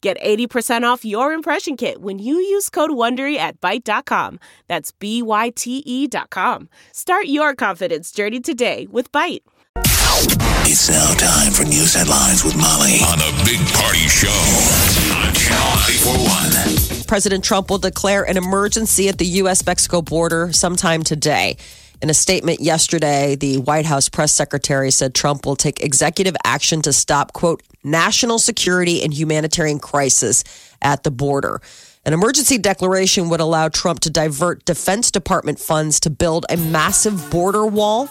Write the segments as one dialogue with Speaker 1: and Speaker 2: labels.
Speaker 1: Get 80% off your impression kit when you use code WONDERY at Byte.com. That's B-Y-T-E E dot com. Start your confidence journey today with Byte.
Speaker 2: It's now time for news headlines with Molly on the Big Party Show on Channel 941.
Speaker 3: President Trump will declare an emergency at the U.S. Mexico border sometime today. In a statement yesterday, the White House press secretary said Trump will take executive action to stop, quote, national security and humanitarian crisis at the border. An emergency declaration would allow Trump to divert Defense Department funds to build a massive border wall.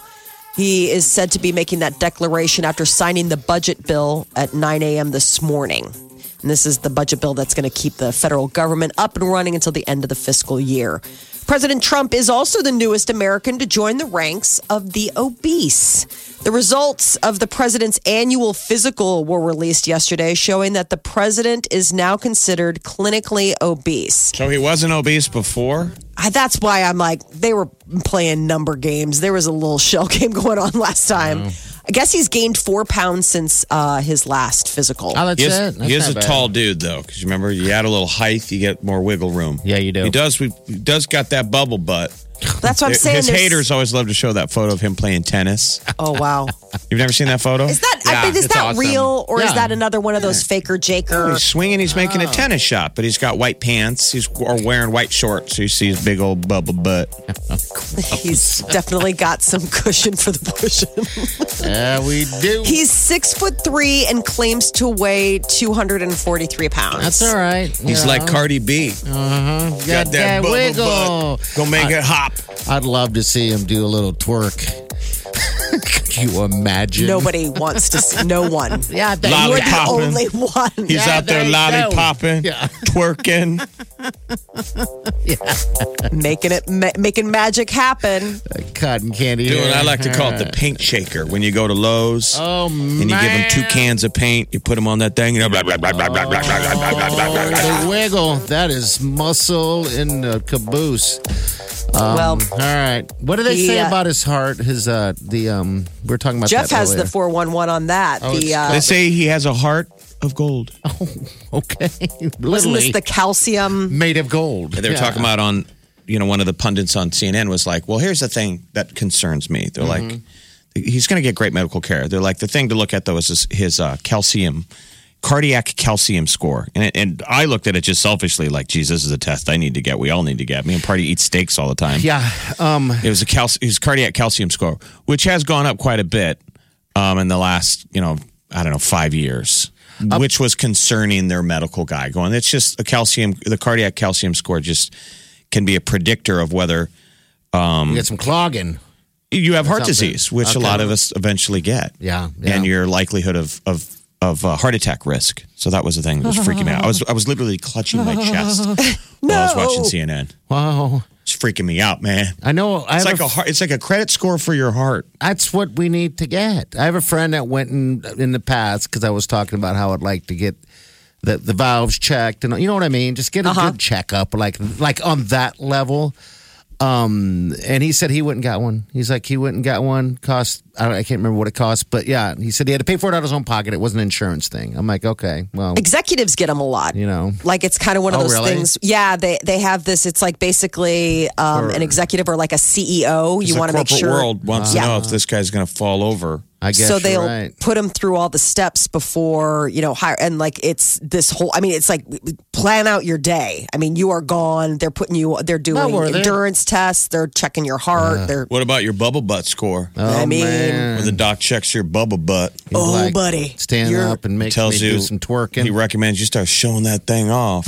Speaker 3: He is said to be making that declaration after signing the budget bill at 9 a.m. this morning. And this is the budget bill that's going to keep the federal government up and running until the end of the fiscal year. President Trump is also the newest American to join the ranks of the obese. The results of the president's annual physical were released yesterday, showing that the president is now considered clinically obese.
Speaker 4: So he wasn't obese before?
Speaker 3: I- That's why I'm like, they were playing number games. There was a little shell game going on last time. I guess he's gained four pounds since uh, his last physical.
Speaker 5: Oh, that's
Speaker 4: He is,
Speaker 5: it. That's
Speaker 4: he is
Speaker 5: not
Speaker 4: a
Speaker 5: bad.
Speaker 4: tall dude though, because remember you add a little height, you get more wiggle room.
Speaker 5: Yeah, you do.
Speaker 4: He does. We he does got that bubble butt.
Speaker 3: That's what I'm saying.
Speaker 4: His
Speaker 3: there's-
Speaker 4: haters always love to show that photo of him playing tennis.
Speaker 3: Oh, wow.
Speaker 4: You've never seen that photo?
Speaker 3: Is that I
Speaker 5: Yeah,
Speaker 3: think is
Speaker 5: it's
Speaker 3: that
Speaker 5: awesome.
Speaker 3: real or is
Speaker 5: Yeah.
Speaker 3: that another one of those faker jaker?
Speaker 4: He's swinging. He's making a
Speaker 3: Oh.
Speaker 4: tennis shot, but he's got white pants. He's or wearing white shorts. So you see his big old bubble butt.
Speaker 3: He's definitely got some cushion for the cushion.
Speaker 5: Yeah, we do.
Speaker 3: He's six foot three and claims to weigh two hundred and forty three pounds.
Speaker 5: That's all right.
Speaker 4: He's
Speaker 5: Yeah.
Speaker 4: like Cardi B.
Speaker 5: Uh-huh.
Speaker 4: Got
Speaker 5: Got
Speaker 4: that
Speaker 5: that
Speaker 4: bubble
Speaker 5: wiggle. Uh,
Speaker 4: butt. Go make it hop.
Speaker 5: I'd love to see him do a little twerk. Could you imagine?
Speaker 3: Nobody wants to see no one.
Speaker 5: Yeah, that,
Speaker 3: You're the
Speaker 4: Lollipopping.
Speaker 3: only one.
Speaker 4: He's
Speaker 5: Yeah,
Speaker 4: out there
Speaker 5: there you go.
Speaker 4: lollipopping,
Speaker 5: Yeah.
Speaker 4: twerking.
Speaker 3: making it ma- making magic happen.
Speaker 5: cotton candy.
Speaker 4: Doing,
Speaker 5: Yeah.
Speaker 4: I like to call it the paint shaker. When you go to Lowe's
Speaker 5: Oh man!
Speaker 4: and you give them two cans of paint, you put them on that thing, and blah, blah, blah, blah, blah, blah, blah, blah, blah, blah, blah, blah.
Speaker 5: Oh, The wiggle. That is muscle in the caboose.
Speaker 3: well,
Speaker 5: All right. What do they say
Speaker 3: Yeah.
Speaker 5: about his heart? His uh, the um, we were talking about
Speaker 3: Jeff
Speaker 5: that
Speaker 3: has
Speaker 5: earlier.
Speaker 3: the four one one on that. the
Speaker 5: Oh, it's
Speaker 3: uh,
Speaker 4: They say he has a heart of gold.
Speaker 5: Oh, okay.
Speaker 3: wasn't
Speaker 5: Literally
Speaker 3: this the calcium?
Speaker 5: made of gold.
Speaker 4: They were
Speaker 5: Yeah.
Speaker 4: talking about on, you know, one of the pundits on CNN was like, well, here's the thing that concerns me. They're
Speaker 5: Mm-hmm.
Speaker 4: like, he's going to get great medical care. They're like, the thing to look at though is his, his uh, calcium, cardiac calcium score. And, it, and I looked at it just selfishly, like, geez, this is a test I need to get. We all need to get. Me and Party eat steaks all the time.
Speaker 5: Yeah. Um.
Speaker 4: It was a cal- his cardiac calcium score, which has gone up quite a bit um, in the last, you know, I don't know, five years, which was concerning their medical guy. Going, it's just a calcium, the cardiac calcium score just can be a predictor of whether
Speaker 5: You get some clogging.
Speaker 4: you have heart
Speaker 5: Something.
Speaker 4: disease, which a lot of us eventually get.
Speaker 5: Yeah, yeah.
Speaker 4: and your likelihood of of of uh, heart attack risk. So that was the thing that was freaking me out. I was I was literally clutching my chest while I was watching CNN.
Speaker 5: Wow.
Speaker 4: It's freaking me out, man.
Speaker 5: I know. I
Speaker 4: It's
Speaker 5: have
Speaker 4: like
Speaker 5: a
Speaker 4: a heart, it's like a credit score for your heart.
Speaker 5: that's what we need to get. I have a friend that went in in the past because I was talking about how I'd like to get the the valves checked and you know what I mean. Just get a good checkup, like like on that level. Um, and he said he went and got one. He's like he went and got one. Cost I, don't, I can't remember what it cost, but yeah, he said he had to pay for it out of his own pocket. It wasn't an insurance thing. I'm like, okay, well,
Speaker 3: Executives get them a lot.
Speaker 5: you know,
Speaker 3: like it's kind of one of
Speaker 5: Oh,
Speaker 3: those
Speaker 5: really?
Speaker 3: things yeah they they have this it's like basically um, an executive or like a ceo you
Speaker 4: The
Speaker 3: want to make
Speaker 4: corporate
Speaker 3: sure
Speaker 4: world wants
Speaker 3: Yeah.
Speaker 4: to know if this guy's going to fall over.
Speaker 5: I guess
Speaker 3: so
Speaker 5: you're
Speaker 3: they'll
Speaker 5: right.
Speaker 3: put them through all the steps before you know hire and like it's this whole i mean it's like plan out your day i mean you are gone they're putting you they're doing
Speaker 5: were they?
Speaker 3: endurance tests they're checking your heart they're
Speaker 4: What about your bubble butt score?
Speaker 5: Oh,
Speaker 3: i mean
Speaker 4: When the doc checks your bubble butt,
Speaker 5: He's
Speaker 3: oh, buddy,
Speaker 5: stand
Speaker 3: you're-
Speaker 5: up and make me
Speaker 4: tells you
Speaker 5: do some twerking.
Speaker 4: He recommends you start showing that thing off.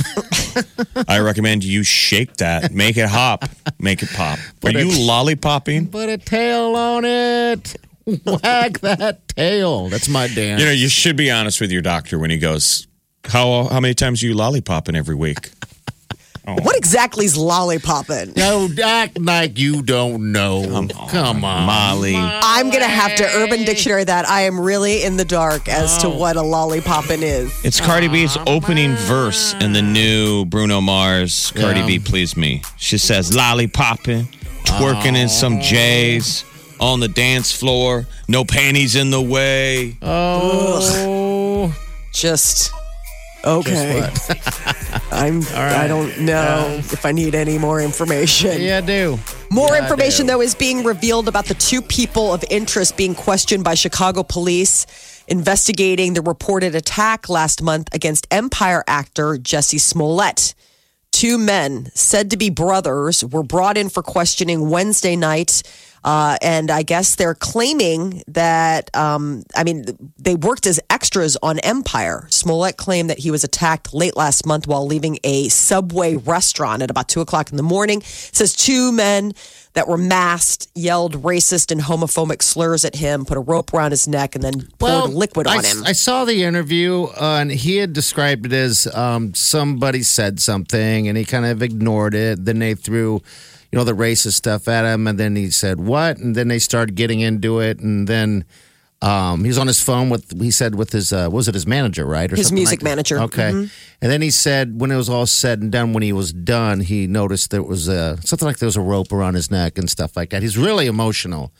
Speaker 4: I recommend you shake that, make it hop, make it pop. Are you lollipopping?
Speaker 5: Put a tail on it. Wag that tail. That's my dance.
Speaker 4: You know, you should be honest with your doctor when he goes, "How how many times are you lollipopping every week?"
Speaker 3: What exactly is lollipopping?
Speaker 5: No, act like you don't know. Come on.
Speaker 4: Molly.
Speaker 3: I'm gonna have to Urban Dictionary that. I am really in the dark as to what a lollipopping is.
Speaker 4: It's Cardi B's opening verse in the new Bruno Mars Cardi
Speaker 5: Yeah.
Speaker 4: B Please Me. She says lollipopping, twerking in some J's on the dance floor, no panties in the way.
Speaker 5: Oh.
Speaker 3: Just okay. I'm. I don't know if I need any more information.
Speaker 5: Yeah, I do.
Speaker 3: More
Speaker 5: Yeah, I
Speaker 3: information,
Speaker 5: do.
Speaker 3: though, is being revealed about the two people of interest being questioned by Chicago police investigating the reported attack last month against Empire actor Jesse Smollett. Two men said to be brothers were brought in for questioning Wednesday night. Uh, and I guess they're claiming that, um, I mean, they worked as extras on Empire. Smollett claimed that he was attacked late last month while leaving a Subway restaurant at about 2 o'clock in the morning. says two men that were masked yelled racist and homophobic slurs at him, put a rope around his neck, and then poured liquid
Speaker 5: I,
Speaker 3: on him.
Speaker 5: I saw the interview, uh, and he had described it as um, somebody said something, and he kind of ignored it. Then they threw, you know, the racist stuff at him, and then he said what, and then they started getting into it, and then. Um, he was on his phone with he said with his uh, was it his manager right or
Speaker 3: His
Speaker 5: something
Speaker 3: music
Speaker 5: like that?
Speaker 3: manager. Mm-hmm.
Speaker 5: okay and then he said when it was all said and done when he was done he noticed there was a, something like there was a rope around his neck and stuff like that he's really emotional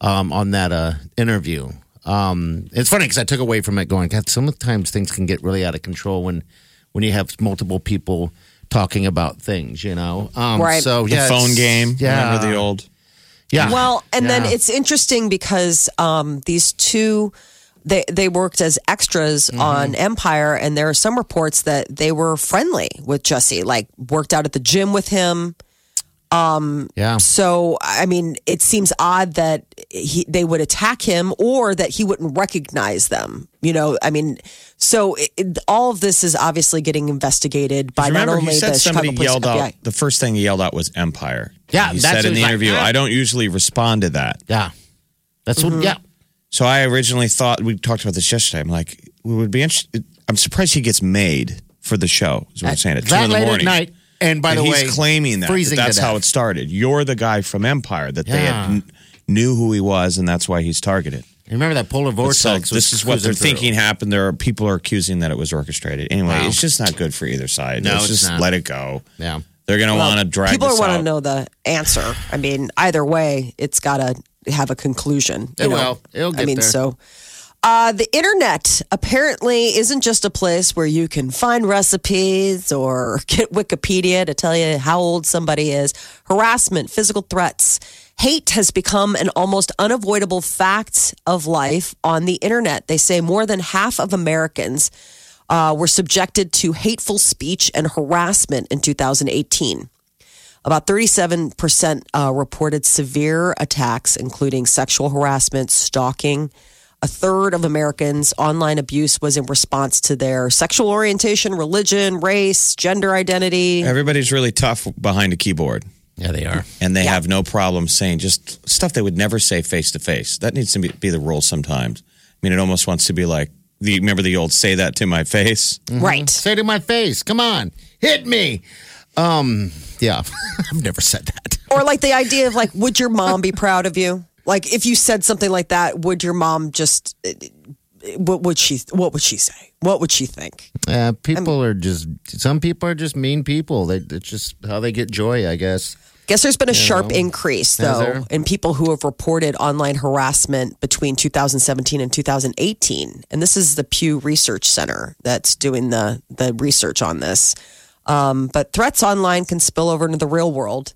Speaker 5: um, on that uh, interview. Um, it's funny because I took away from it going, God, sometimes things can get really out of control when when you have multiple people talking about things, you know? Um,
Speaker 3: Right.
Speaker 5: So,
Speaker 4: The
Speaker 5: yeah,
Speaker 4: phone
Speaker 5: it's-
Speaker 4: game.
Speaker 5: Yeah.
Speaker 4: Remember the old.
Speaker 5: yeah.
Speaker 3: Well, and then
Speaker 5: Yeah.
Speaker 3: it's interesting because um, these two. They, they worked as extras
Speaker 4: Mm-hmm.
Speaker 3: on Empire, and there are some reports that they were friendly with Jesse, like worked out at the gym with him.
Speaker 4: Oh.
Speaker 5: Yeah.
Speaker 3: So, I mean, it seems odd that he, they would attack him or that he wouldn't recognize them. You know, I mean, so it, it- all of this is obviously getting investigated by not
Speaker 4: Remember,
Speaker 3: only
Speaker 4: he said
Speaker 3: the
Speaker 4: somebody
Speaker 3: Chicago Police
Speaker 4: yelled out.
Speaker 3: FBI.
Speaker 4: The first thing he yelled out was Empire.
Speaker 5: Yeah,
Speaker 4: he
Speaker 5: that's
Speaker 4: said in the
Speaker 5: what he's like,
Speaker 4: interview.
Speaker 5: "Ah."
Speaker 4: I don't usually respond to that.
Speaker 5: Yeah. That's
Speaker 4: Mm-hmm.
Speaker 5: what, yeah.
Speaker 4: So I originally thought we talked about this yesterday. I'm like, we would be interested. I'm surprised he gets made for the show. Is what I'm saying. At two
Speaker 5: that
Speaker 4: in the
Speaker 5: late
Speaker 4: morning.
Speaker 5: at night. And by
Speaker 4: And
Speaker 5: the
Speaker 4: he's
Speaker 5: way,
Speaker 4: claiming that, that
Speaker 5: freezing to
Speaker 4: that's how
Speaker 5: death.
Speaker 4: it started. You're the guy from Empire that they had,
Speaker 5: Yeah.
Speaker 4: kn- knew who he was, and that's why he's targeted.
Speaker 5: Remember that polar
Speaker 4: But
Speaker 5: vortex?
Speaker 4: so
Speaker 5: was
Speaker 4: this is what they're
Speaker 5: cruising through.
Speaker 4: thinking happened. There are people are accusing that it was orchestrated. Anyway,
Speaker 5: Wow.
Speaker 4: it's just not good for either side.
Speaker 5: No,
Speaker 4: Let's
Speaker 5: it's
Speaker 4: just
Speaker 5: not.
Speaker 4: let it go.
Speaker 5: Yeah.
Speaker 4: They're gonna want to drag.
Speaker 3: People
Speaker 4: this
Speaker 3: want to
Speaker 4: out.
Speaker 3: know the answer. I mean, either way, it's got to have a conclusion.
Speaker 5: It will. It'll
Speaker 3: I
Speaker 5: get
Speaker 3: mean,
Speaker 5: there.
Speaker 3: so. Uh, the internet apparently isn't just a place where you can find recipes or get Wikipedia to tell you how old somebody is. Harassment, physical threats, hate has become an almost unavoidable fact of life on the internet. They say more than half of Americans uh, were subjected to hateful speech and harassment in 2018. About 37% uh, reported severe attacks, including sexual harassment, stalking. A third of Americans' online abuse was in response to their sexual orientation, religion, race, gender identity.
Speaker 4: Everybody's really tough behind a keyboard.
Speaker 5: Yeah, they are.
Speaker 4: and they have no problem saying just stuff they would never say face to face. That needs to be, be the rule sometimes. I mean, it almost wants to be like, the, remember the old say that to my face?
Speaker 3: Right.
Speaker 5: Say to my face, come on, hit me. Um, yeah, I've never said that.
Speaker 3: Or like the idea of like, would your mom be proud of you? Like if you said something like that, would your mom just eh, what would she what would she say? What would she think?
Speaker 5: Yeah, Uh, people are just. Some people are just mean people. They it's just how they get joy, I guess.
Speaker 3: Guess there's been a sharp increase, though,
Speaker 5: there?
Speaker 3: in people who have reported online harassment between 2017 and 2018. And this is the Pew Research Center that's doing the, the research on this. Um, but threats online can spill over into the real world.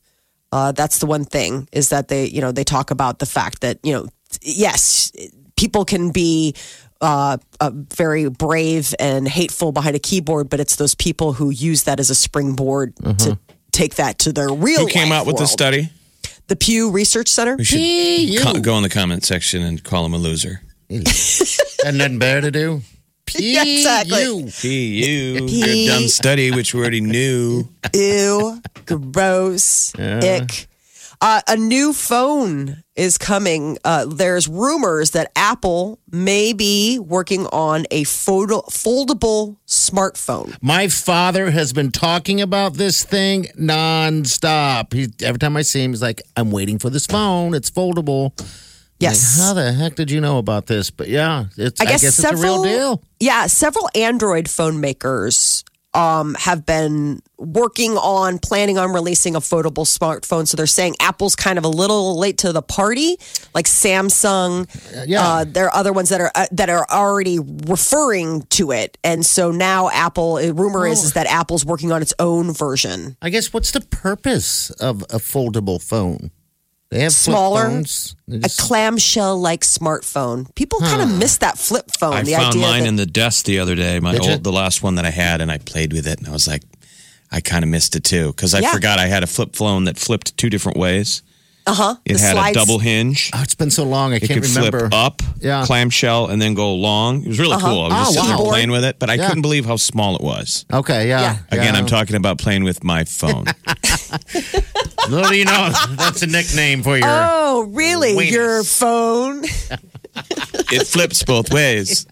Speaker 3: Uh, that's the one thing is that they, you know, they talk about the fact that, you know, yes, people can be uh, uh, very brave and hateful behind a keyboard, but it's those people who use that as a springboard to take that to their real.
Speaker 4: Who came
Speaker 3: life
Speaker 4: out with the
Speaker 3: world.
Speaker 4: study?
Speaker 3: The Pew Research Center.
Speaker 4: We should
Speaker 5: you.
Speaker 4: co- go in the comment section and call him a loser.
Speaker 5: And nothing better to do.
Speaker 3: Yeah, exactly.
Speaker 5: P.U..
Speaker 4: P you your dumb study, which we already knew.
Speaker 3: Ew, gross, ick. Uh, a new phone is coming. Uh, there's rumors that Apple may be working on a photo- foldable smartphone.
Speaker 5: My father has been talking about this thing nonstop. He, every time I see him, he's like, I'm waiting for this phone. It's foldable.
Speaker 3: Yes.
Speaker 5: How the heck did you know about this? But yeah, it's, I, guess it's a real deal.
Speaker 3: Yeah, several Android phone makers um, have been working on planning on releasing a foldable smartphone. So they're saying Apple's kind of a little late to the party, like Samsung.
Speaker 5: yeah.
Speaker 3: Uh, there are other ones that are uh, that are already referring to it, and so now Apple. uh, Rumor is, is that Apple's working on its own version.
Speaker 5: I guess what's the purpose of a foldable phone? They have flip
Speaker 3: Smaller.
Speaker 5: phones. They
Speaker 3: A
Speaker 5: just-
Speaker 3: clamshell like smartphone. People kind of miss that flip phone.
Speaker 4: I
Speaker 3: the
Speaker 4: found
Speaker 3: idea
Speaker 4: mine
Speaker 3: that,
Speaker 4: in Oh, the desk the other day. My
Speaker 5: Did you?
Speaker 4: old, the last one that I had, and I played with it, and I was like, I kind of missed it too because I
Speaker 3: Yeah.
Speaker 4: forgot I had a flip phone that flipped two different ways.
Speaker 3: uh-huh,
Speaker 4: It
Speaker 3: the
Speaker 4: had
Speaker 3: slides.
Speaker 4: a double hinge.
Speaker 5: Oh, it's been so long, I
Speaker 4: It
Speaker 5: can't
Speaker 4: could
Speaker 5: remember.
Speaker 4: flip up,
Speaker 5: Yeah.
Speaker 4: clamshell, and then go long. It was really cool. I was
Speaker 5: Oh,
Speaker 4: just sitting there
Speaker 5: wow.
Speaker 4: playing with it, but I
Speaker 5: Yeah.
Speaker 4: couldn't believe how small it was.
Speaker 5: Okay, yeah.
Speaker 3: Yeah.
Speaker 4: Again,
Speaker 5: yeah.
Speaker 4: I'm talking about playing with my phone.
Speaker 5: Little do you know, that's a nickname for your.
Speaker 3: Oh, really?
Speaker 5: Weenus.
Speaker 3: Your phone?
Speaker 4: it flips both ways.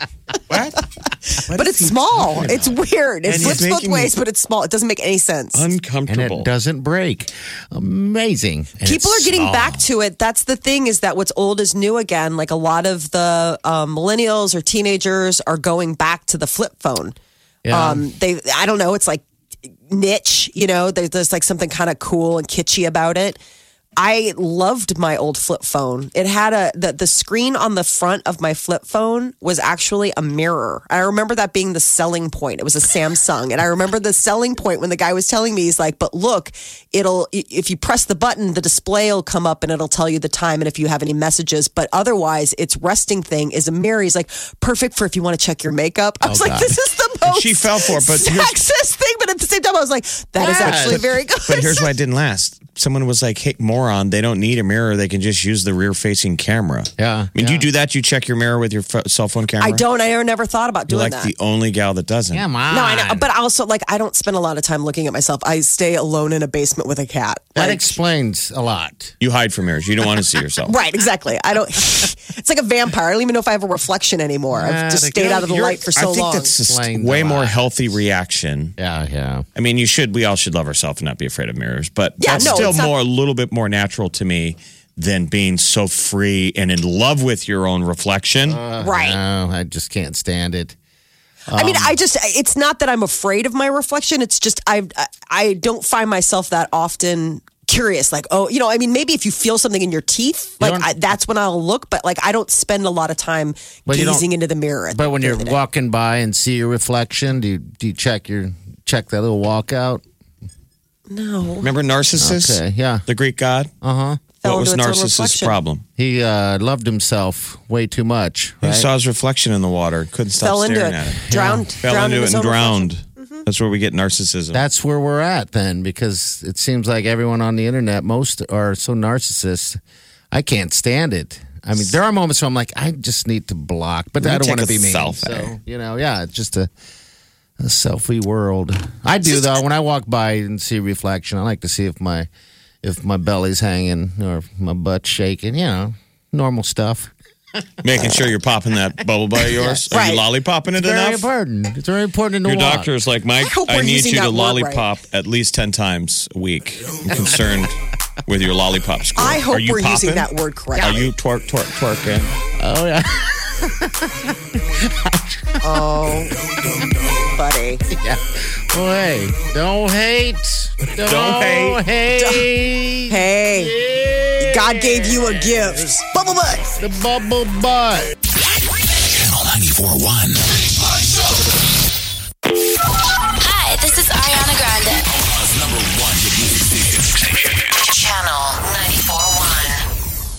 Speaker 4: What? What
Speaker 3: But
Speaker 4: is
Speaker 3: it's
Speaker 4: he
Speaker 3: small. It's weird. It
Speaker 4: And
Speaker 3: flips
Speaker 4: he's
Speaker 3: both
Speaker 4: making
Speaker 3: ways,
Speaker 4: me-
Speaker 3: but it's small. It doesn't make any sense.
Speaker 5: and
Speaker 4: uncomfortable.
Speaker 5: it doesn't break. Amazing. And
Speaker 3: People
Speaker 5: it's
Speaker 3: are getting
Speaker 5: small.
Speaker 3: back to it. That's the thing is that what's old is new again. Like a lot of the um, millennials or teenagers are going back to the flip phone.
Speaker 5: Yeah.
Speaker 3: Um, they, I don't know. It's like niche, you know, there's, there's like something kind of cool and kitschy about it. I loved my old flip phone. It had a the, the screen on the front of my flip phone was actually a mirror. I remember that being the selling point. It was a Samsung, and I remember the selling point when the guy was telling me he's like, "But look, it'll i- if you press the button, the display will come up and it'll tell you the time and if you have any messages. But otherwise, its resting thing is a mirror. He's like, perfect for if you want to check your makeup. I was like, this is the most
Speaker 4: Oh, she fell for it, but here's-
Speaker 3: sexist thing. But at the same time, I was like, that is
Speaker 5: Yeah.
Speaker 3: actually very good.
Speaker 4: But here's why it didn't last. Someone was like, "Hey, moron! They don't need a mirror. They can just use the rear-facing camera."
Speaker 5: Yeah,
Speaker 4: I mean, do you
Speaker 5: yeah.
Speaker 4: do that? You check your mirror with your pho- cell phone camera.
Speaker 3: I don't. I never- never thought about
Speaker 4: You're
Speaker 3: doing
Speaker 4: like
Speaker 3: that.
Speaker 4: the only gal that doesn't.
Speaker 5: Come on.
Speaker 3: No, I know, but also like I don't spend a lot of time looking at myself. I stay alone in a basement with a cat.
Speaker 5: that
Speaker 3: Like,
Speaker 5: explains a lot.
Speaker 4: You hide from mirrors. You don't want to see yourself.
Speaker 3: right, exactly. I don't. it's like a vampire. I don't even know if I have a reflection anymore. I've
Speaker 5: Yeah,
Speaker 3: just
Speaker 5: they-
Speaker 3: stayed out of the
Speaker 5: you're-
Speaker 3: light for so
Speaker 4: I think
Speaker 3: long.
Speaker 4: that's just
Speaker 5: Explains
Speaker 4: way
Speaker 5: a
Speaker 4: more
Speaker 5: lot.
Speaker 4: healthy reaction.
Speaker 5: Yeah, yeah.
Speaker 4: I mean, you should. We all should love ourselves and not be afraid of mirrors. But
Speaker 3: Yeah,
Speaker 4: that's
Speaker 3: no,
Speaker 4: still
Speaker 3: it's not-
Speaker 4: more a little bit more natural to me than being so free and in love with your own reflection.
Speaker 5: Uh,
Speaker 3: right.
Speaker 5: No, I just can't stand it.
Speaker 3: I
Speaker 4: Um,
Speaker 3: mean, I just, it's not that I'm afraid of my reflection. It's just, I, I don't find myself that often curious. Like, oh, you know, I mean, maybe if you feel something in your teeth, like
Speaker 5: don't-
Speaker 3: I, that's when I'll look, but like, I don't spend a lot of time
Speaker 5: But you don't-
Speaker 3: gazing into the mirror. at
Speaker 5: But
Speaker 3: the
Speaker 5: when
Speaker 3: end
Speaker 5: you're
Speaker 3: of the day.
Speaker 5: walking by and see your reflection, do you, do you check your check that little walkout?
Speaker 3: no,
Speaker 4: Remember Narcissus?
Speaker 5: Okay, yeah.
Speaker 4: The Greek god?
Speaker 5: Uh huh.
Speaker 3: fell
Speaker 4: what was
Speaker 3: into its own
Speaker 4: Narcissus'
Speaker 3: reflection.
Speaker 4: problem?
Speaker 5: He uh, loved himself way too much.
Speaker 4: He
Speaker 5: Right?
Speaker 4: saw his reflection in the water, couldn't stop
Speaker 3: Fell
Speaker 4: staring
Speaker 3: into it,
Speaker 4: at it.
Speaker 3: drowned,
Speaker 4: Fell
Speaker 3: drowned in
Speaker 4: into it
Speaker 3: his
Speaker 4: and
Speaker 3: own reflection. Mm-hmm.
Speaker 4: drowned. That's where we get narcissism.
Speaker 5: That's where we're at then, because it seems like everyone on the internet, most are so narcissists. I can't stand it. I mean, there are moments where I'm like, I just need to block, but
Speaker 4: Let me
Speaker 5: I don't
Speaker 4: take
Speaker 5: want to
Speaker 4: a
Speaker 5: be mean.
Speaker 4: selfie.
Speaker 5: So, you know, yeah, it's just a, a selfie world. I do though. When I walk by and see reflection, I like to see if my if my belly's hanging or if my butt's shaking. You know, normal stuff.
Speaker 4: Making sure you're popping that bubble butt of yours. Are you lollipopping it
Speaker 5: It's very
Speaker 4: enough?
Speaker 5: important. It's very important to
Speaker 4: Your
Speaker 5: walk.
Speaker 4: doctor's like, Mike,
Speaker 3: I hope
Speaker 4: I,
Speaker 3: we're
Speaker 4: need
Speaker 3: using
Speaker 4: you
Speaker 3: that
Speaker 4: to
Speaker 3: word
Speaker 4: lollipop at least 10 times a week. I'm concerned with your lollipop score.
Speaker 3: I hope
Speaker 4: Are you
Speaker 3: we're using
Speaker 4: popping?
Speaker 3: that word correctly.
Speaker 4: Are you twerk, twerk, twerking?
Speaker 5: Oh yeah.
Speaker 3: Oh, buddy.
Speaker 5: Yeah. Oh, hey, don't hate. Don't,
Speaker 4: Don't
Speaker 5: hate.
Speaker 3: Hey,
Speaker 5: Yeah.
Speaker 3: God gave you a gift. Bubble butt.
Speaker 5: the bubble butt.
Speaker 2: Channel 941.
Speaker 6: Hi, this is Ariana Grande. Channel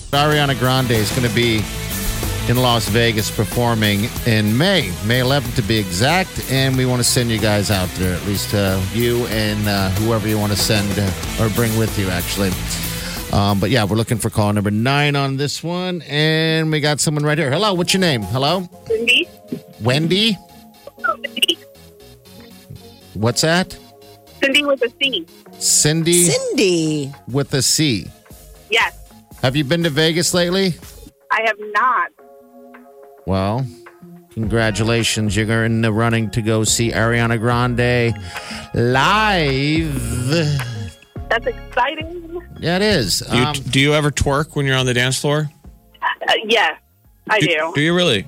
Speaker 6: 941.
Speaker 5: Ariana Grande is going to be in Las Vegas performing in May, May 11th to be exact. And we want to send you guys out there, at least uh, you and uh, whoever you want to send uh, or bring with you, actually. Um, but yeah, we're looking for call number nine on this one. And we got someone right here. Hello, what's your name? Hello?
Speaker 7: Cindy.
Speaker 5: Wendy? What's that?
Speaker 7: Cindy with a C.
Speaker 5: Cindy
Speaker 3: Cindy.
Speaker 5: with a C.
Speaker 7: Yes,
Speaker 5: Have you been to Vegas lately?
Speaker 7: I have not.
Speaker 5: Well, congratulations. You're in the running to go see Ariana Grande live.
Speaker 7: That's exciting.
Speaker 5: Yeah, it is.
Speaker 4: Do you,
Speaker 5: Um,
Speaker 4: do you ever twerk when you're on the dance floor?
Speaker 7: Uh, yes, I do.
Speaker 4: Do you really?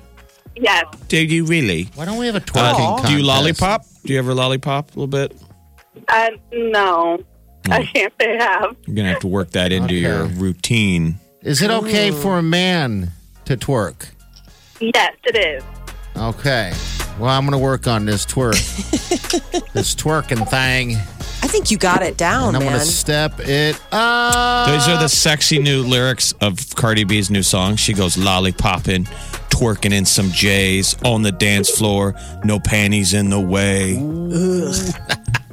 Speaker 7: Yes,
Speaker 4: Do you really?
Speaker 5: why don't we have a twerking
Speaker 4: Uh,
Speaker 5: contest?
Speaker 4: do you lollipop? Do you ever lollipop a little bit?
Speaker 7: uh, no, I
Speaker 4: Mm.
Speaker 7: can't say I have.
Speaker 4: You're gonna have to work that into
Speaker 5: Okay.
Speaker 4: your routine.
Speaker 5: Is it okay for a man to twerk?
Speaker 7: Yes, it is.
Speaker 5: Okay. Well, I'm going to work on this twerk. this twerking thing.
Speaker 3: I think you got it down,
Speaker 5: And I'm going
Speaker 3: man.
Speaker 5: to step it up.
Speaker 4: These are the sexy new lyrics of Cardi B's new song. She goes lollipopping, twerking in some J's on the dance floor, no panties in the way.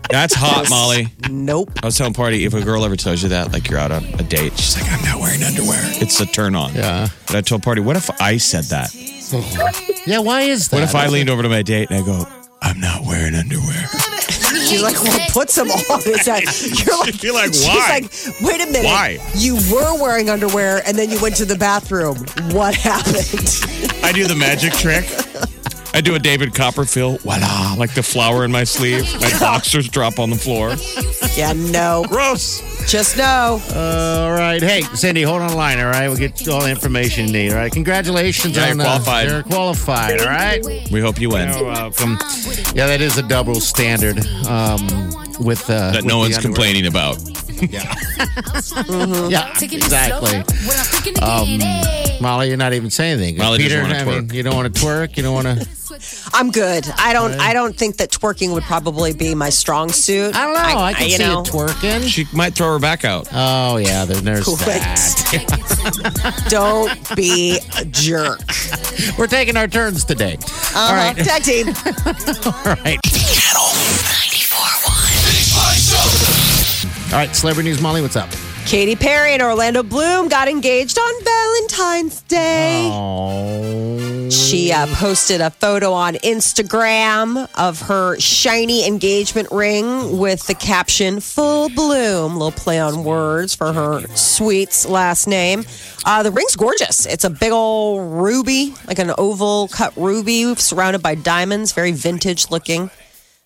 Speaker 4: That's hot, Molly.
Speaker 3: Nope.
Speaker 4: I was telling Party if a girl ever tells you that, like you're out on a date, she's like, I'm not wearing underwear. It's a turn on.
Speaker 5: Yeah.
Speaker 4: But I told Party, what if I said that?
Speaker 5: Yeah, why is that?
Speaker 4: What if I leaned over to my date and I go, I'm not wearing underwear?
Speaker 3: She's like, well, put some on. It's like, you're like,
Speaker 4: You're like,
Speaker 3: she's
Speaker 4: why?
Speaker 3: like, wait a minute.
Speaker 4: Why?
Speaker 3: You were wearing underwear and then you went to the bathroom. What happened?
Speaker 4: I do the magic trick. I do a David Copperfield, voila, like the flower in my sleeve. My boxers drop on the floor.
Speaker 3: yeah, no.
Speaker 4: Gross.
Speaker 3: Just no.
Speaker 5: All right. Hey, Cindy, hold on the line, all right? We'll get you all the information you need, all right? Congratulations
Speaker 4: Yeah,
Speaker 5: on
Speaker 4: you're qualified. uh,
Speaker 5: Uh, you're qualified, all right?
Speaker 4: We hope you win.
Speaker 5: You're welcome. Yeah, that is a double standard um, with uh,
Speaker 4: That no
Speaker 5: with the
Speaker 4: one's
Speaker 5: underwear.
Speaker 4: complaining about.
Speaker 5: Yeah, exactly. Um, Molly, you're not even saying anything.
Speaker 4: Molly doesn't
Speaker 5: Peter,
Speaker 4: wanna
Speaker 5: I mean,
Speaker 4: twerk.
Speaker 5: you don't want to twerk. You don't want to.
Speaker 3: I'm good. I don't I don't think that twerking would probably be my strong suit.
Speaker 5: I don't know. I, can
Speaker 3: you
Speaker 5: see
Speaker 3: know.
Speaker 5: you twerking.
Speaker 4: She might throw her back out.
Speaker 5: Oh yeah, there- there's that.
Speaker 3: Correct. don't be a jerk.
Speaker 5: We're taking our turns today. All right.
Speaker 3: Uh-huh. Tag team.
Speaker 5: All right.
Speaker 6: Channel 94.1.
Speaker 5: All right. Celebrity news, Molly. What's up?
Speaker 3: Katy Perry and Orlando Bloom got engaged on Valentine's Day.
Speaker 5: Oh.
Speaker 3: She uh, posted a photo on Instagram of her shiny engagement ring with the caption "Full Bloom." Little play on words for her sweet's last name. Uh, the ring's gorgeous. It's a big old ruby, like an oval cut ruby, surrounded by diamonds. Very vintage looking.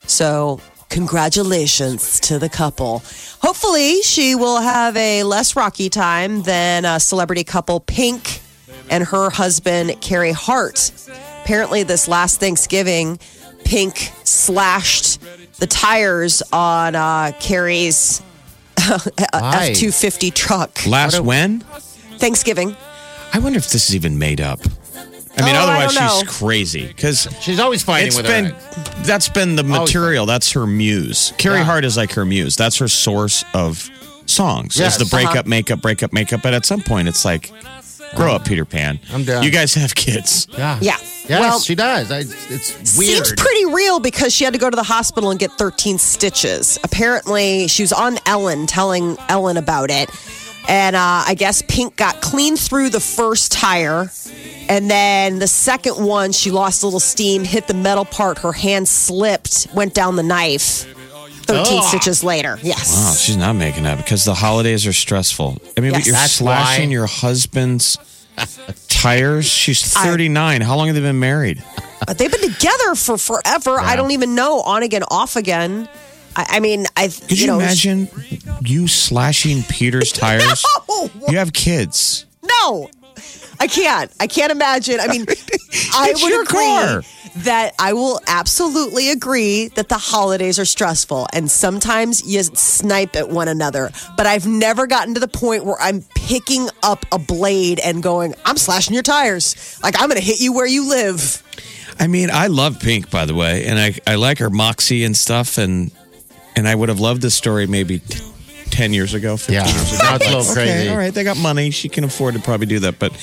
Speaker 3: So, congratulations to the couple. Hopefully, she will have a less rocky time than a celebrity couple Pink and her husband Carrie Hart. Apparently, this last Thanksgiving, Pink slashed the tires on uh, Carrie's
Speaker 5: Why?
Speaker 3: F two fifty truck.
Speaker 4: Last when?
Speaker 3: Thanksgiving.
Speaker 4: I wonder if this is even made up. I mean,
Speaker 3: Oh, I
Speaker 4: otherwise
Speaker 3: don't know.
Speaker 4: she's crazy because
Speaker 5: She's always fighting
Speaker 4: it's
Speaker 5: with
Speaker 4: been
Speaker 5: her.
Speaker 4: that's been the material. That's her muse. Carrie
Speaker 5: Yeah.
Speaker 4: Hart is like her muse. That's her source of songs.
Speaker 5: Yes. Uh-huh.
Speaker 4: Is the breakup, makeup, breakup, makeup. But at some point, it's like, grow up, Peter Pan.
Speaker 5: I'm done.
Speaker 4: You guys have kids.
Speaker 5: Yeah.
Speaker 3: Yeah.
Speaker 5: Yes,
Speaker 3: Well-
Speaker 5: she does. I, it's weird.
Speaker 3: Seems pretty real because she had to go to the hospital and get 13 stitches. Apparently, she was on Ellen telling Ellen about it. And uh, I guess Pink got clean through the first tire. And then the second one, she lost a little steam, hit the metal part, her hand slipped, went down the knife. 13
Speaker 4: Ah.
Speaker 5: Ugh.
Speaker 3: stitches later.
Speaker 4: Wow,
Speaker 3: Yes.
Speaker 4: she's not making up because the holidays are stressful. I mean, but
Speaker 3: Yes.
Speaker 4: you're
Speaker 5: That's
Speaker 4: slashing
Speaker 5: why-
Speaker 4: your husband's tires. She's
Speaker 3: I-
Speaker 4: 39. How long have they been married?
Speaker 3: But Uh, they've been together for forever. I don't even know. On again, off again. I, I mean, I.
Speaker 4: Could you,
Speaker 3: know,
Speaker 4: imagine you slashing Peter's tires?
Speaker 3: Oh!
Speaker 4: You have kids.
Speaker 3: No, I can't. I can't imagine. I mean, I
Speaker 4: It's
Speaker 3: would
Speaker 4: your
Speaker 3: agree
Speaker 4: car.
Speaker 3: that I will absolutely agree that the holidays are stressful and sometimes you snipe at one another. But I've never gotten to the point where I'm picking up a blade and going, I'm slashing your tires. Like, I'm going to hit you where you live.
Speaker 4: I mean, I love Pink, by the way, and I, I like her moxie and stuff, and and I would have loved this story maybe t- ten years ago, fifteen
Speaker 5: Yeah.
Speaker 4: years ago.
Speaker 5: Now it's a
Speaker 4: Like,
Speaker 5: little
Speaker 4: Okay,
Speaker 5: crazy.
Speaker 4: all right, they got money; she can afford to probably do that. But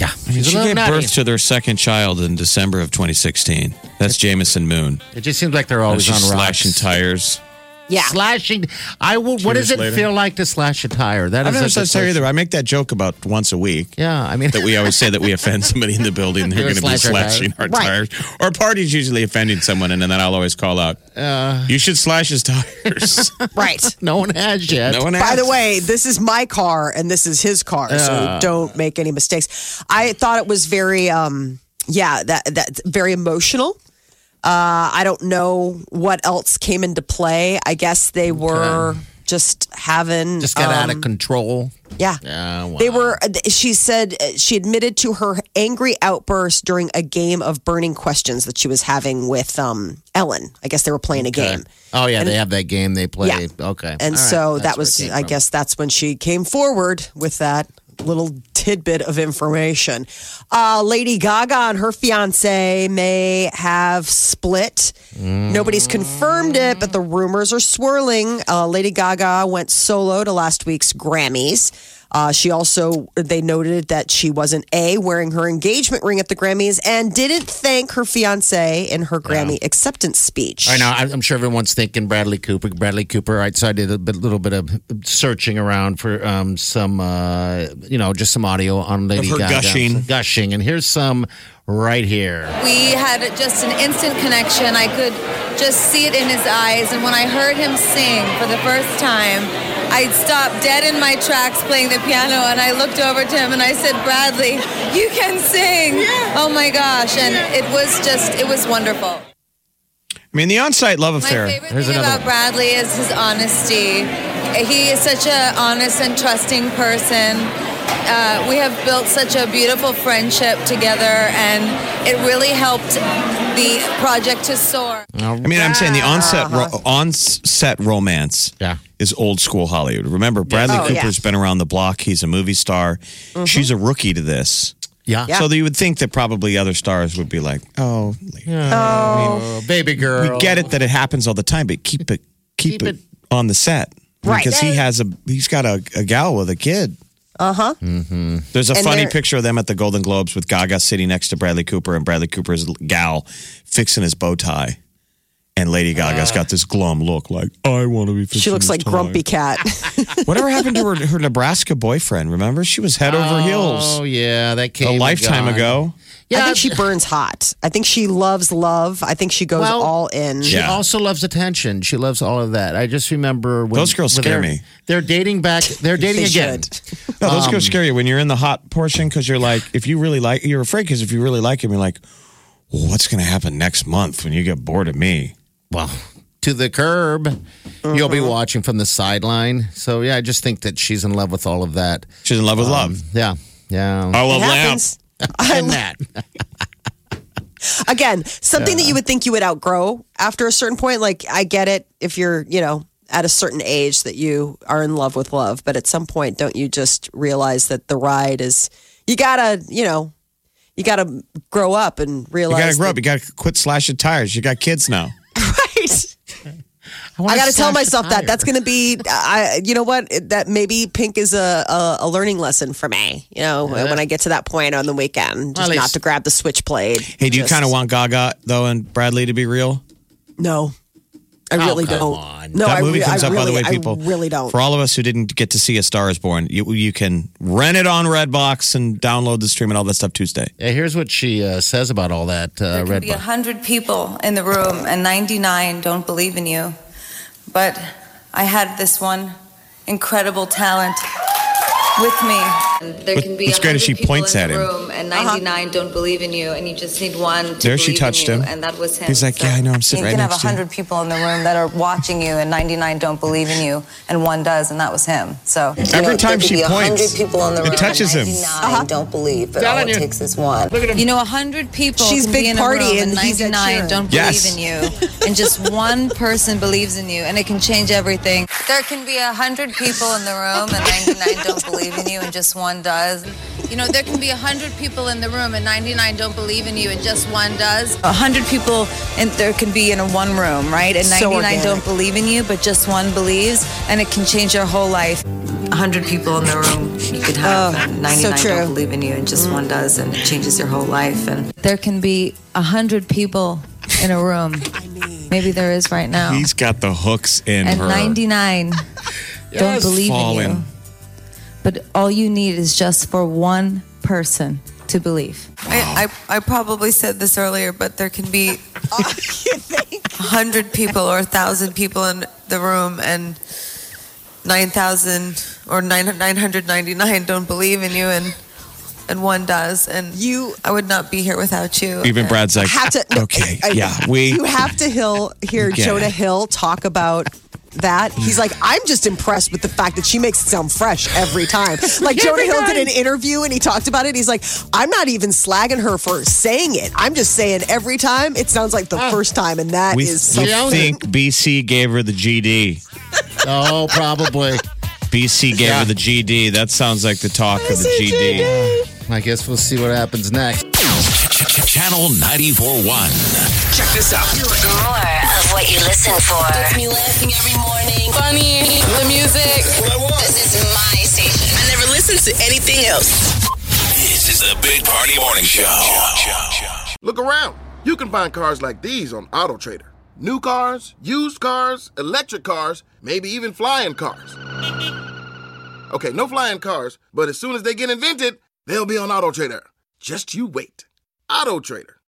Speaker 5: Yeah.
Speaker 4: I mean,
Speaker 5: She's a
Speaker 4: she
Speaker 5: little
Speaker 4: gave
Speaker 5: nutty.
Speaker 4: birth to their second child in December of 2016. That's Jamison Moon.
Speaker 5: It just seems like they're always
Speaker 4: She's
Speaker 5: on rocks.
Speaker 4: slashing tires.
Speaker 3: Yeah.
Speaker 5: Slashing. I will.
Speaker 4: Two
Speaker 5: what
Speaker 4: years
Speaker 5: does it
Speaker 4: later.
Speaker 5: feel like to slash a tire? That
Speaker 4: I've
Speaker 5: is
Speaker 4: never
Speaker 5: such a
Speaker 4: said sorry
Speaker 5: such-
Speaker 4: either. I make that joke about once a week.
Speaker 5: Yeah, I mean,
Speaker 4: That we always say that we offend somebody in the building, they're
Speaker 5: You're
Speaker 4: going to be
Speaker 5: slashing our
Speaker 3: Right.
Speaker 4: slashing our tires.
Speaker 5: tires.
Speaker 4: Or parties usually offending someone, and then I'll always call out,
Speaker 3: Uh.
Speaker 4: "You should slash his tires."
Speaker 3: Right.
Speaker 5: no one has yet.
Speaker 4: no one.
Speaker 3: By the
Speaker 4: asked.
Speaker 3: way, this is my car and this is his car,
Speaker 5: Uh.
Speaker 3: so don't make any mistakes. I thought it was very, um, yeah, that that's very emotional. Uh, I don't know what else came into play. I guess they were just having
Speaker 5: Just got out
Speaker 3: um,
Speaker 5: of control.
Speaker 3: Yeah.
Speaker 5: Yeah, wow.
Speaker 3: They were, she said, uh, she admitted to her angry outburst during a game of burning questions that she was having with um, Ellen. I guess they were playing a game.
Speaker 5: Oh yeah, they have that game they play.
Speaker 3: Yeah.
Speaker 5: Okay,
Speaker 3: And
Speaker 5: All right,
Speaker 3: so
Speaker 5: that's
Speaker 3: that
Speaker 5: where
Speaker 3: was,
Speaker 5: it came
Speaker 3: I
Speaker 5: from.
Speaker 3: guess that's when she came forward with that little tidbit of information. Uh, Lady Gaga and her fiance may have split. Nobody's confirmed it, but the rumors are swirling. Uh, Lady Gaga went solo to last week's Grammys. Uh, she also, they noted that she wasn't A, wearing her engagement ring at the Grammys and didn't thank her fiance in her Grammy acceptance speech.
Speaker 5: I know. I'm I'm sure everyone's thinking Bradley Cooper. Bradley Cooper. Right. So I did a bit, little bit of searching around for um, some, uh, you know, just some audio on Lady
Speaker 4: her
Speaker 5: Gaga.
Speaker 4: gushing.
Speaker 5: gushing, and here's some right here.
Speaker 8: We had just an instant connection. I could just see it in his eyes. And when I heard him sing for the first time, I stopped dead in my tracks playing the piano and I looked over to him and I said, Bradley, you can sing. Oh my gosh. And it was just, it was wonderful.
Speaker 4: I mean, the on-site love
Speaker 8: My
Speaker 4: affair.
Speaker 8: favorite
Speaker 5: Here's
Speaker 8: thing
Speaker 5: another one.
Speaker 8: about Bradley is his honesty. He is such an honest and trusting person. Uh, we have built such a beautiful friendship together, and it really helped the project to soar.
Speaker 4: I mean, I'm saying the onset ro-
Speaker 3: Uh-huh.
Speaker 4: onset romance
Speaker 5: Yeah.
Speaker 4: is old school Hollywood. Remember, Bradley
Speaker 3: Oh, Mm-hmm. yeah.
Speaker 4: Cooper's been around the block. He's a movie star. She's a rookie to this.
Speaker 5: Yeah.
Speaker 4: So you would think that probably other stars would be like, "Oh,
Speaker 5: Oh, baby girl.
Speaker 4: we get it that it happens all the time, but keep it keep,
Speaker 5: Keep
Speaker 4: it,
Speaker 5: it-
Speaker 4: on the set."
Speaker 3: Right.
Speaker 4: Because he has a he's got a, a gal with a kid.
Speaker 3: Uh huh.
Speaker 5: Mm-hmm.
Speaker 4: There's a
Speaker 3: And
Speaker 4: funny
Speaker 3: they're-
Speaker 4: picture of them at the Golden Globes with Gaga sitting next to Bradley Cooper and Bradley Cooper's gal fixing his bow tie. And Lady Gaga's
Speaker 3: Ah.
Speaker 4: got this glum look like, I want to be fixing
Speaker 3: She looks
Speaker 4: this
Speaker 3: like
Speaker 4: tie."
Speaker 3: Grumpy Cat.
Speaker 4: Whatever happened to her, her Nebraska boyfriend? Remember? She was head over
Speaker 5: Oh
Speaker 4: heels
Speaker 5: yeah, that came
Speaker 4: a
Speaker 5: and
Speaker 4: lifetime
Speaker 5: gone.
Speaker 4: ago.
Speaker 5: Yeah.
Speaker 3: I think she burns hot. I think she loves love. I think she goes
Speaker 5: Well,
Speaker 3: all in.
Speaker 5: She
Speaker 4: Yeah.
Speaker 5: also loves attention. She loves all of that. I just remember when
Speaker 4: Those girls
Speaker 5: when
Speaker 4: scare
Speaker 5: they're-
Speaker 4: me.
Speaker 5: They're dating back. They're dating
Speaker 3: They
Speaker 5: again.
Speaker 3: should.
Speaker 4: No, those girls scare you when you're in the hot portion because you're like, if you really like, you're afraid because if you really like him, you're like, well, what's going to happen next month when you get bored of me?
Speaker 5: well to the curb you'll
Speaker 3: Uh-huh.
Speaker 5: be watching from the sideline so yeah i just think that she's in love with all of that
Speaker 4: She's in love with love. Oh,
Speaker 5: yeah yeah
Speaker 4: I love
Speaker 3: It
Speaker 4: lamps.
Speaker 3: happens.
Speaker 5: and that
Speaker 3: Again, something that you would think you would outgrow after a certain point. Like, I get it if you're, you know, at a certain age that you are in love with love. But at some point, don't you just realize that the ride is, you gotta, you know, you gotta grow up and
Speaker 4: You
Speaker 3: realize.
Speaker 4: got to grow up.
Speaker 3: that-
Speaker 4: You got to quit slashing tires. You got kids now.
Speaker 3: Right. I got to tell myself that. That's going to be, I, you know what? That maybe pink is a, a, a learning lesson for me. You know, when I get to that point on the weekend, just
Speaker 5: Well, at
Speaker 3: not
Speaker 5: least-
Speaker 3: to grab the switchblade.
Speaker 4: Hey, do you
Speaker 3: Just-
Speaker 4: kind of want Gaga though and Bradley to be real?
Speaker 3: No, I really
Speaker 5: Oh, come
Speaker 3: don't.
Speaker 5: on.
Speaker 3: No,
Speaker 4: That
Speaker 3: I,
Speaker 4: movie
Speaker 3: re-
Speaker 4: comes
Speaker 3: I
Speaker 4: up
Speaker 3: really,
Speaker 4: by the way, people.
Speaker 3: I really don't.
Speaker 4: For all of us who didn't get to see A Star Is Born, you, you can rent it on Redbox and download the stream and all that stuff Tuesday.
Speaker 5: yeah, here's what she uh, says about all that uh,
Speaker 8: There could
Speaker 5: red
Speaker 8: be a hundred people in the room, and ninety-nine don't believe in you. But I had this one incredible talent with me. Uh-huh. There
Speaker 4: What-
Speaker 8: can be
Speaker 4: what's great is
Speaker 8: 100
Speaker 4: she points
Speaker 8: people in
Speaker 4: at
Speaker 8: the
Speaker 4: him.
Speaker 8: Room, and ninety-nine don't believe in you, and you just need one. To
Speaker 4: There she
Speaker 8: believe in
Speaker 4: touched
Speaker 8: you,
Speaker 4: him.
Speaker 8: and that was him.
Speaker 4: He's like, "Yeah, I know, I'm sitting
Speaker 8: you
Speaker 4: right
Speaker 8: can have
Speaker 4: next to you."
Speaker 8: hundred people in the room that are watching you, and ninety-nine don't believe in you, and one does, and that was him. So
Speaker 4: Every time she points, it touches him.
Speaker 9: don't believe, but all it takes is one.
Speaker 8: You know, a hundred people.
Speaker 3: She's
Speaker 8: can
Speaker 3: big
Speaker 8: be in
Speaker 3: party
Speaker 8: a room
Speaker 3: and he's at
Speaker 8: 99
Speaker 3: cheering.
Speaker 8: don't believe
Speaker 4: Yes.
Speaker 8: in you, and just one person believes in you, and it can change everything. There can be a hundred people in the room and ninety-nine don't believe in you, and just one does. You know, there can be a hundred people in the room and ninety-nine don't believe in you, and just one does. A hundred people, and there can be in a one room, right? And
Speaker 3: So
Speaker 8: ninety-nine
Speaker 3: organic.
Speaker 8: don't believe in you, but just one believes, and it can change your whole life. A hundred people in the room, you could have and
Speaker 3: so
Speaker 8: 99
Speaker 3: true.
Speaker 8: don't believe in you and just one does and it changes your whole life and there can be a hundred people in a room Maybe there is right
Speaker 3: Oh.
Speaker 8: now.
Speaker 4: He's got the hooks in
Speaker 8: At
Speaker 4: her.
Speaker 8: 99, don't believe in you.
Speaker 4: Fallen.
Speaker 8: But all you need is just for one person to believe. I, I, I probably said this earlier, but there can be a hundred people or a thousand people in the room, and nine thousand or nine nine hundred ninety nine don't believe in you, and and one does, and you. I would not be here without you.
Speaker 4: Even Brad's like,
Speaker 3: have to.
Speaker 4: okay,
Speaker 3: I-
Speaker 4: yeah, we.
Speaker 3: You have to Hill hear
Speaker 4: Get it.
Speaker 3: Jonah Hill talk about that. He's like, I'm just impressed with the fact that she makes it sound fresh every time. Like Jonah Hill did an interview and he talked about it. He's like, I'm not even slagging her for saying it. I'm just saying every time it sounds like the
Speaker 10: Ah.
Speaker 3: first time, and that is
Speaker 4: we we
Speaker 3: something.
Speaker 4: think BC gave her the GD.
Speaker 5: Oh, probably.
Speaker 4: BC gave her the GD. That sounds like the talk of the GD.
Speaker 5: I guess we'll see what happens next.
Speaker 2: Channel 94.1.
Speaker 10: Check this out.
Speaker 6: More of what you listen for. Gets me laughing every morning. Funny. The music. This is my station.
Speaker 10: I never listened to anything else.
Speaker 2: This is the Big Party Morning Show.
Speaker 11: Look around. You can find cars like these on AutoTrader. New cars, used cars, electric cars, maybe even flying cars. Okay, no flying cars, but as soon as they get invented, they'll be on AutoTrader. Just you wait. AutoTrader.